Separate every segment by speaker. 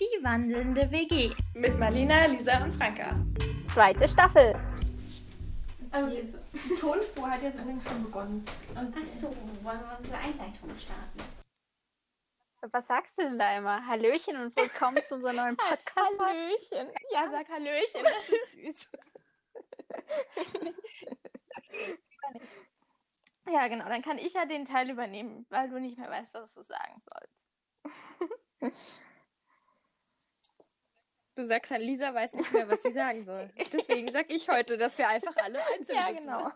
Speaker 1: Die wandelnde WG.
Speaker 2: Mit Marlina, Lisa und Franka.
Speaker 3: Zweite Staffel.
Speaker 4: Also,
Speaker 2: Die Tonspur hat jetzt übrigens schon begonnen.
Speaker 4: ach so, wollen wir unsere Einleitung starten?
Speaker 3: Was sagst du denn da immer? Hallöchen und willkommen zu unserem neuen Podcast.
Speaker 5: Hallöchen. Ja, sag Hallöchen, das ist süß. ja, genau, dann kann ich ja den Teil übernehmen, weil du nicht mehr weißt, was du sagen sollst.
Speaker 6: Du sagst dann, Lisa weiß nicht mehr, was sie sagen soll. Deswegen sag ich heute, dass wir einfach alle einzeln
Speaker 5: Ja,
Speaker 6: sitzen.
Speaker 5: genau.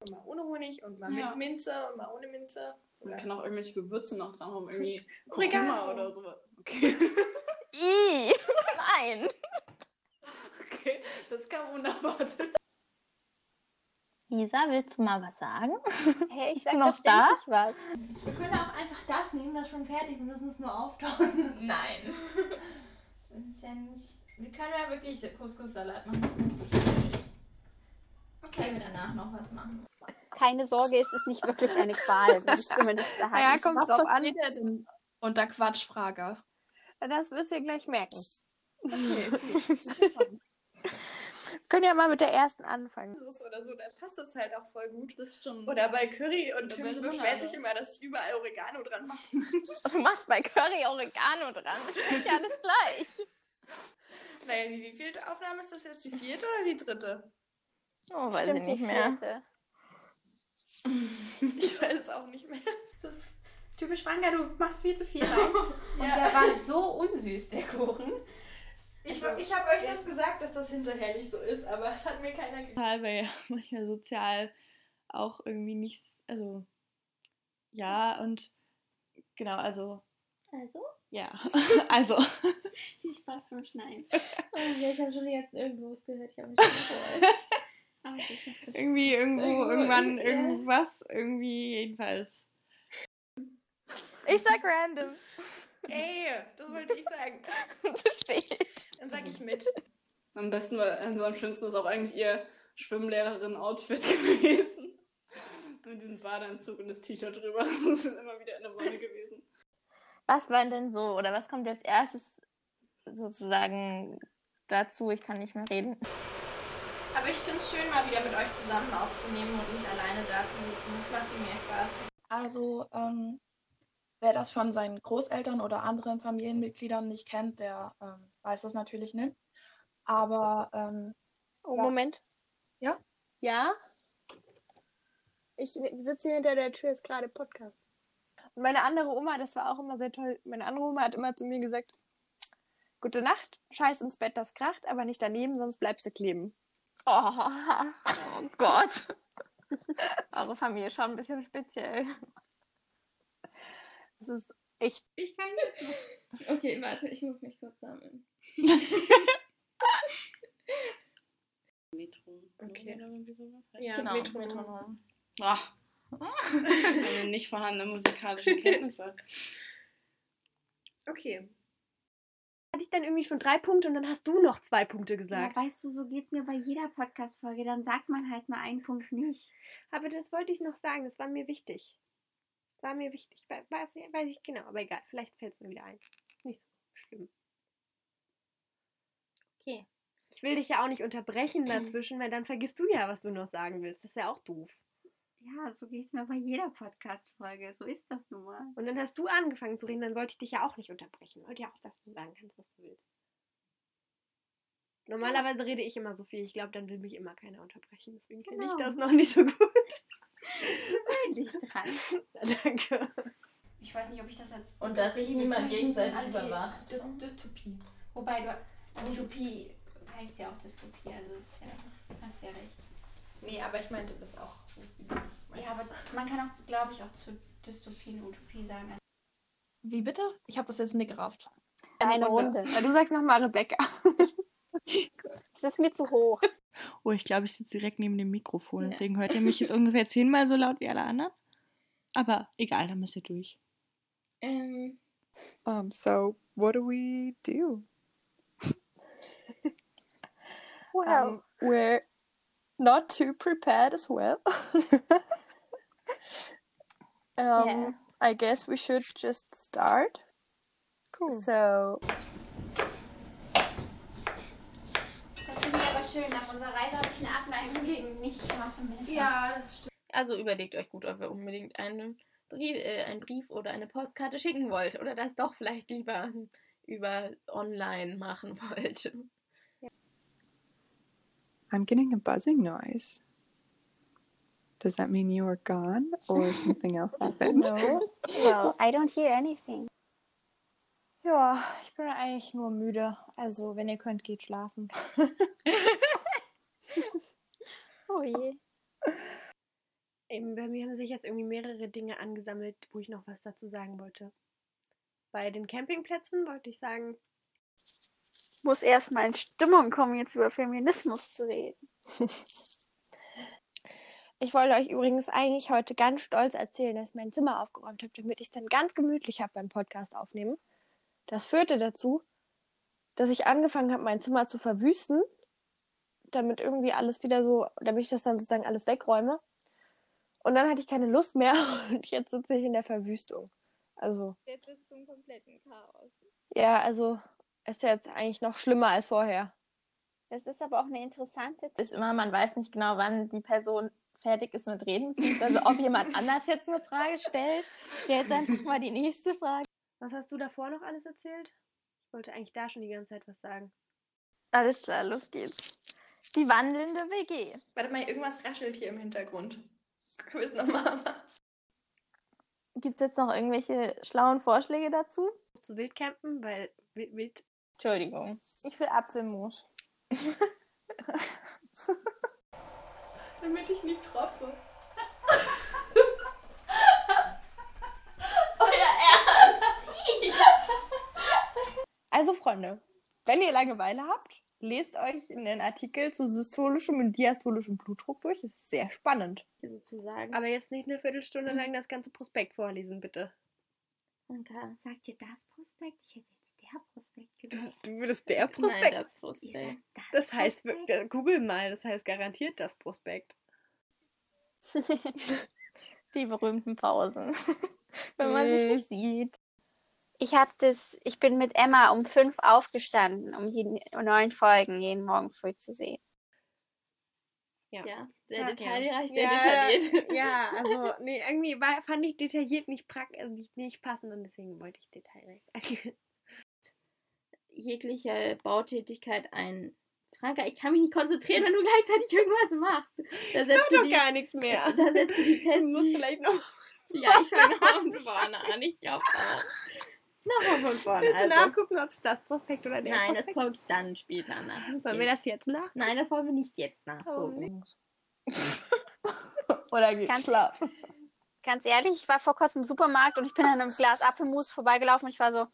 Speaker 2: Und mal ohne Honig und mal
Speaker 4: Ja.
Speaker 2: mit Minze und mal ohne Minze.
Speaker 7: Man kann auch irgendwelche Gewürze noch dran rum, irgendwie
Speaker 2: Oregano.
Speaker 7: Kurkuma oder so. Okay.
Speaker 5: I, nein.
Speaker 7: okay, das kam unerwartet.
Speaker 1: Lisa, willst du mal was sagen?
Speaker 3: Hey, ich sag
Speaker 1: noch
Speaker 3: doch
Speaker 1: da?
Speaker 3: ständig was.
Speaker 4: Wir können auch einfach das nehmen, das ist schon fertig, wir müssen es nur auftauen.
Speaker 8: Nein. Das ist ja nicht. Wir können ja wirklich Couscous-Salat machen, das ist nicht so schwierig. Okay. Wenn wir danach noch was machen.
Speaker 3: Keine Sorge, es ist nicht wirklich eine Qual, will ich zumindest sagen.
Speaker 6: Naja, kommt
Speaker 3: was
Speaker 6: drauf
Speaker 3: für-
Speaker 6: an.
Speaker 7: Unter Quatschfrager.
Speaker 6: Das wirst ihr gleich merken. Können ja mal mit der ersten anfangen.
Speaker 2: Soße oder so, dann passt das halt auch voll gut.
Speaker 7: Das stimmt.
Speaker 2: Oder bei Curry und
Speaker 7: Oder
Speaker 2: Tim
Speaker 7: bei Limonade.
Speaker 2: beschwert sich immer, dass ich überall Oregano dran mache.
Speaker 5: Du machst bei Curry Oregano dran. Das ist ja alles gleich.
Speaker 2: Naja, wie wie viel Aufnahme ist das jetzt? Die vierte oder die dritte?
Speaker 5: Oh, weiß
Speaker 3: Stimmt,
Speaker 5: ich
Speaker 3: die
Speaker 5: nicht mehr.
Speaker 3: vierte.
Speaker 2: Ich weiß es auch nicht mehr.
Speaker 4: So, typisch Franka, du machst viel zu viel rein. Und der war so unsüß, der Kuchen. Also,
Speaker 2: Ich, ich habe euch das gesagt, dass das hinterher nicht so ist, aber es hat mir keiner gesagt.
Speaker 9: weil ja manchmal sozial auch irgendwie nichts, also ja und genau, also
Speaker 8: Also?
Speaker 9: ja, also
Speaker 8: Viel Spaß beim Schneiden. ich habe schon jetzt irgendwas gehört, ich habe mich gefreut. Aber es ist nicht so schlimm.
Speaker 9: irgendwie irgendwo,
Speaker 8: Irgendwo,
Speaker 9: irgendwann
Speaker 8: ja.
Speaker 9: irgendwas, irgendwie jedenfalls.
Speaker 5: Ich sag random.
Speaker 2: Ey, das wollte ich sagen.
Speaker 5: Zu spät.
Speaker 2: Dann sag ich mit.
Speaker 7: Am besten, weil also am schönsten ist auch eigentlich ihr Schwimmlehrerin-Outfit gewesen. Mit diesem Badeanzug und das T-Shirt drüber. Das ist immer wieder eine Rolle gewesen.
Speaker 5: Was war denn so, oder was kommt als erstes sozusagen dazu? Ich kann nicht mehr reden.
Speaker 8: Aber ich finde es schön, mal wieder mit euch zusammen aufzunehmen und nicht alleine da zu sitzen. Das macht mir mehr Spaß.
Speaker 10: Also, ähm, wer das von seinen Großeltern oder anderen Familienmitgliedern nicht kennt, der ähm, weiß das natürlich nicht. Aber ähm,
Speaker 6: Oh,
Speaker 10: Ja.
Speaker 6: Moment.
Speaker 10: Ja?
Speaker 6: Ja? Ich sitze hier hinter der Tür, ist gerade Podcast. Und meine andere Oma, das war auch immer sehr toll, meine andere Oma hat immer zu mir gesagt, gute Nacht, scheiß ins Bett, das kracht, aber nicht daneben, sonst bleibst du kleben.
Speaker 5: Oh, oh Gott. Eure Familie ist schon ein bisschen speziell.
Speaker 6: Das ist echt
Speaker 8: Ich kann jetzt. Okay, warte, ich muss mich kurz sammeln.
Speaker 7: Okay.
Speaker 9: Oder irgendwie sowas.
Speaker 2: Ja.
Speaker 5: Genau.
Speaker 8: Metronom.
Speaker 5: Metronom.
Speaker 7: Ah.
Speaker 9: Ach, meine nicht vorhandene musikalische Kenntnisse.
Speaker 2: Okay.
Speaker 6: hatte ich dann irgendwie schon drei Punkte und dann hast du noch zwei Punkte
Speaker 8: Ja, weißt du, so geht's mir bei jeder Podcast-Folge. Dann sagt man halt mal einen Punkt nicht.
Speaker 6: Aber das wollte ich noch sagen, das war mir wichtig. Das war mir wichtig. Wei- wei- Weiß ich genau, aber egal, vielleicht fällt es mir wieder ein. Nicht so schlimm.
Speaker 5: Okay.
Speaker 6: Ich will dich ja auch nicht unterbrechen dazwischen, weil dann vergisst du ja, was du noch sagen willst. Das ist ja auch doof.
Speaker 8: Ja, so geht's mir bei jeder Podcast-Folge. So ist das nun mal.
Speaker 6: Und dann hast du angefangen zu reden, dann wollte ich dich ja auch nicht unterbrechen. Wollte ja auch, dass du sagen kannst, was du willst. Normalerweise rede ich immer so viel. Ich glaube, dann will mich immer keiner unterbrechen. Deswegen finde ich
Speaker 8: Genau.
Speaker 6: das noch nicht so gut.
Speaker 8: Gewöhn dich dran.
Speaker 6: Ja, danke.
Speaker 4: Ich weiß nicht, ob ich das jetzt.
Speaker 8: Und dass sich niemand gegenseitig überwacht.
Speaker 4: Dys Dystopie. Wobei du. Utopie heißt ja auch Dystopie, also es ist ja. Hast ja recht.
Speaker 2: Nee, aber ich meinte das auch so. wie du das
Speaker 4: Ja,
Speaker 2: meinst.
Speaker 4: aber man kann auch, glaube ich, auch zu Dystopie und Utopie sagen.
Speaker 10: wie bitte? Ich habe das jetzt nicht gerafft.
Speaker 3: Eine Runde.
Speaker 6: Ja, du sagst nochmal Rebecca.
Speaker 3: Das ist mir zu hoch.
Speaker 9: Oh, ich glaube, ich sitze direkt neben dem Mikrofon, deswegen hört ihr mich jetzt ungefähr zehnmal so laut wie alle anderen. Aber egal, da müsst ihr durch.
Speaker 8: Ähm,
Speaker 11: Um, so what do we do?
Speaker 3: Wow.
Speaker 6: Ähm,
Speaker 11: We're not too prepared as well. um,
Speaker 5: Yeah.
Speaker 11: I guess we should just start.
Speaker 3: Cool.
Speaker 11: So,
Speaker 12: schön. Nach unserer Reise habe ich eine Abneigung gegen nicht scharfe Messer.
Speaker 13: Ja, das stimmt.
Speaker 14: Also überlegt euch gut, ob ihr unbedingt einen Brief, äh, einen Brief oder eine Postkarte schicken wollt oder das doch vielleicht lieber über online machen wollt.
Speaker 15: I'm getting a buzzing noise. Does that mean you are gone or something else happened?
Speaker 3: No. Well, I don't hear anything.
Speaker 16: Ja, ich bin eigentlich nur müde. Also, wenn ihr könnt, geht schlafen.
Speaker 3: Oh je.
Speaker 6: Eben, bei mir haben sich jetzt irgendwie mehrere Dinge angesammelt, wo ich noch was dazu sagen wollte. Bei den Campingplätzen wollte ich sagen,
Speaker 3: Muss erstmal in Stimmung kommen, jetzt über Feminismus zu reden.
Speaker 2: Ich wollte euch übrigens eigentlich heute ganz stolz erzählen, dass ich mein Zimmer aufgeräumt habe, damit ich es dann ganz gemütlich habe beim Podcast aufnehmen. Das führte dazu, dass ich angefangen habe, mein Zimmer zu verwüsten, damit irgendwie alles wieder so, damit ich das dann sozusagen alles wegräume. Und dann hatte ich keine Lust mehr und jetzt sitze ich in der Verwüstung. Also,
Speaker 17: Jetzt wird es zum kompletten Chaos.
Speaker 2: ja, also ist ja jetzt eigentlich noch schlimmer als vorher.
Speaker 3: Das ist aber auch eine interessante.
Speaker 1: Ist immer, man weiß nicht genau, wann die Person fertig ist mit Reden, beziehungsweise ob jemand anders jetzt eine Frage stellt. Stellt einfach mal die nächste Frage.
Speaker 6: was hast du davor noch alles erzählt? Ich wollte eigentlich da schon die ganze Zeit was sagen.
Speaker 1: Alles klar, los geht's. Die wandelnde WG.
Speaker 13: Warte mal, irgendwas raschelt hier im Hintergrund. Quiz nochmal.
Speaker 1: Gibt es jetzt noch irgendwelche schlauen Vorschläge dazu?
Speaker 6: Zu Wildcampen, weil wild, wild.
Speaker 1: Entschuldigung.
Speaker 16: Ich will Apfelmus.
Speaker 13: Damit ich nicht tropfe.
Speaker 18: Also Freunde, wenn ihr Langeweile habt, lest euch einen Artikel zu systolischem und diastolischem Blutdruck durch. Es ist sehr spannend.
Speaker 5: Also
Speaker 18: Mhm.
Speaker 6: Sozusagen. Aber jetzt nicht eine Viertelstunde lang das ganze Prospekt vorlesen, bitte.
Speaker 12: Okay. Sagt ihr das Prospekt? Ich hätte jetzt der Prospekt gesagt.
Speaker 6: Du würdest der Prospekt.
Speaker 12: Nein, das Prospekt. Ihr sagt
Speaker 6: Das, heißt, wirklich- google mal, das heißt garantiert das Prospekt.
Speaker 1: Die berühmten Pausen. Wenn man sich nicht sieht.
Speaker 3: Ich habe das, ich bin mit Emma um fünf aufgestanden, um die neuen Folgen jeden Morgen früh zu sehen.
Speaker 6: Ja.
Speaker 2: sehr
Speaker 6: Ja.
Speaker 2: detailreich,
Speaker 6: ja,
Speaker 2: sehr detailliert.
Speaker 6: Ja, also nee, irgendwie war, fand ich detailliert nicht, prak also nicht, nicht passend und deswegen wollte ich detailreich sagen.
Speaker 5: Jegliche Bautätigkeit ein. Franka, ich kann mich nicht konzentrieren, wenn du gleichzeitig irgendwas machst. Da
Speaker 6: Ich mach
Speaker 5: setzt du
Speaker 6: doch
Speaker 5: die,
Speaker 6: gar nichts mehr.
Speaker 5: Da setzt du die fest. Du musst
Speaker 6: vielleicht noch.
Speaker 5: Ja, ich fange von vorne an. Ich glaube auch. Nochmal von vorne.
Speaker 6: Willst du
Speaker 5: also.
Speaker 6: nachgucken, ob es das Prospekt oder der
Speaker 5: Nein, das
Speaker 6: Prospekt
Speaker 5: gucke ich dann später nach. Nicht
Speaker 6: Sollen wir das jetzt nach?
Speaker 5: Nein, das Oh, wollen wir nicht jetzt nachgucken.
Speaker 18: Oder geht
Speaker 3: Ganz-
Speaker 18: schlafen.
Speaker 3: Ganz ehrlich, ich war vor kurzem im Supermarkt und ich bin an einem Glas Apfelmus vorbeigelaufen und ich war so,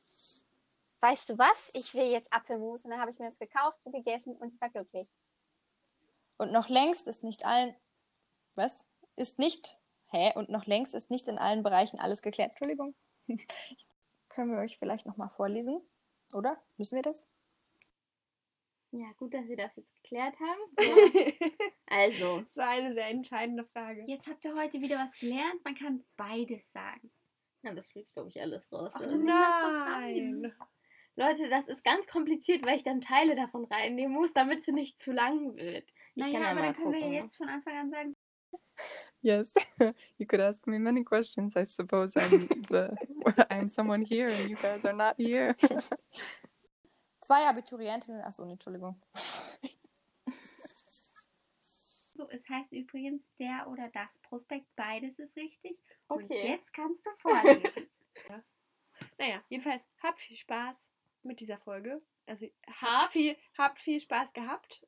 Speaker 3: weißt du was? Ich will jetzt Apfelmus. Und dann habe ich mir das gekauft und gegessen und ich war glücklich.
Speaker 14: Und noch längst ist nicht allen.
Speaker 18: Was? Ist nicht. Hä? Und noch längst ist nicht in allen Bereichen alles geklärt. Entschuldigung. Können wir euch vielleicht nochmal vorlesen? Oder? Müssen wir das?
Speaker 5: Ja, gut, dass wir das jetzt geklärt haben. So. Also.
Speaker 6: Das war eine sehr entscheidende Frage.
Speaker 12: Jetzt habt ihr heute wieder was gelernt. Man kann beides sagen.
Speaker 5: Na, das fliegt, glaube ich, alles raus.
Speaker 12: Ach,
Speaker 5: oder?
Speaker 12: dann nimm das doch rein.
Speaker 5: Leute, das ist ganz kompliziert, weil ich dann Teile davon reinnehmen muss, damit es nicht zu lang wird. Ich
Speaker 12: Naja,
Speaker 5: kann ja
Speaker 12: aber
Speaker 5: mal
Speaker 12: dann können wir ja
Speaker 5: gucken.
Speaker 12: jetzt von Anfang an sagen,
Speaker 15: Yes, you could ask me many questions. I suppose I'm the I'm someone here and you guys are not here.
Speaker 18: Zwei Abiturientinnen. Achso, nee, Entschuldigung.
Speaker 12: so, es heißt übrigens der oder das Prospekt. Beides ist richtig. Und
Speaker 6: Okay.
Speaker 12: jetzt kannst du vorlesen.
Speaker 6: Naja, jedenfalls, habt viel Spaß mit dieser Folge. Also habt viel, habt viel Spaß gehabt.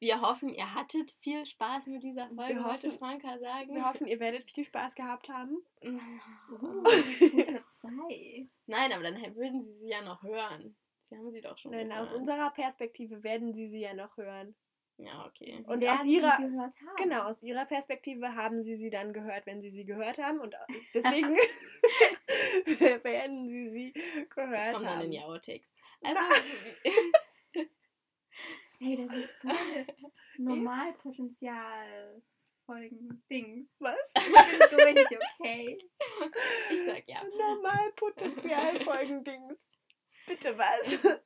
Speaker 5: Wir hoffen, ihr hattet viel Spaß mit dieser Folge,
Speaker 6: Wir
Speaker 5: wollte
Speaker 6: hoffen-
Speaker 5: Franka sagen.
Speaker 6: Wir hoffen, ihr werdet viel Spaß gehabt haben.
Speaker 5: zwei. Nein, aber dann würden sie sie ja noch hören. Sie haben sie doch schon
Speaker 6: Nein,
Speaker 5: gehört.
Speaker 6: aus unserer Perspektive werden sie sie ja noch hören.
Speaker 5: Ja, okay. Sie
Speaker 6: Und
Speaker 5: werden
Speaker 6: aus
Speaker 5: sie
Speaker 6: ihrer,
Speaker 5: gehört haben.
Speaker 6: Genau, aus ihrer Perspektive haben sie sie dann gehört, wenn sie sie gehört haben. Und äh, deswegen werden sie sie gehört
Speaker 5: Das kommt
Speaker 6: haben.
Speaker 5: dann in die Outtakes. Also,
Speaker 12: hey, das ist voll Normalpotenzial. Folgen Dings.
Speaker 6: Was?
Speaker 12: Ich bin durch, okay. Oh
Speaker 5: Ich sag ja.
Speaker 6: Normalpotenzialfolgendings. Bitte was?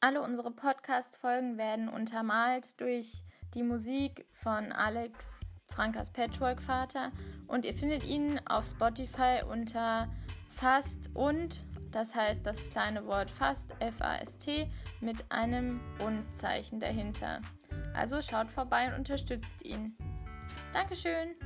Speaker 2: Alle unsere Podcast-Folgen werden untermalt durch die Musik von Alex Frankas Patchwork-Vater und ihr findet ihn auf Spotify unter Fast und, das heißt das kleine Wort Fast, F-A-S-T, mit einem Und-Zeichen dahinter. Also schaut vorbei und unterstützt ihn. Dankeschön!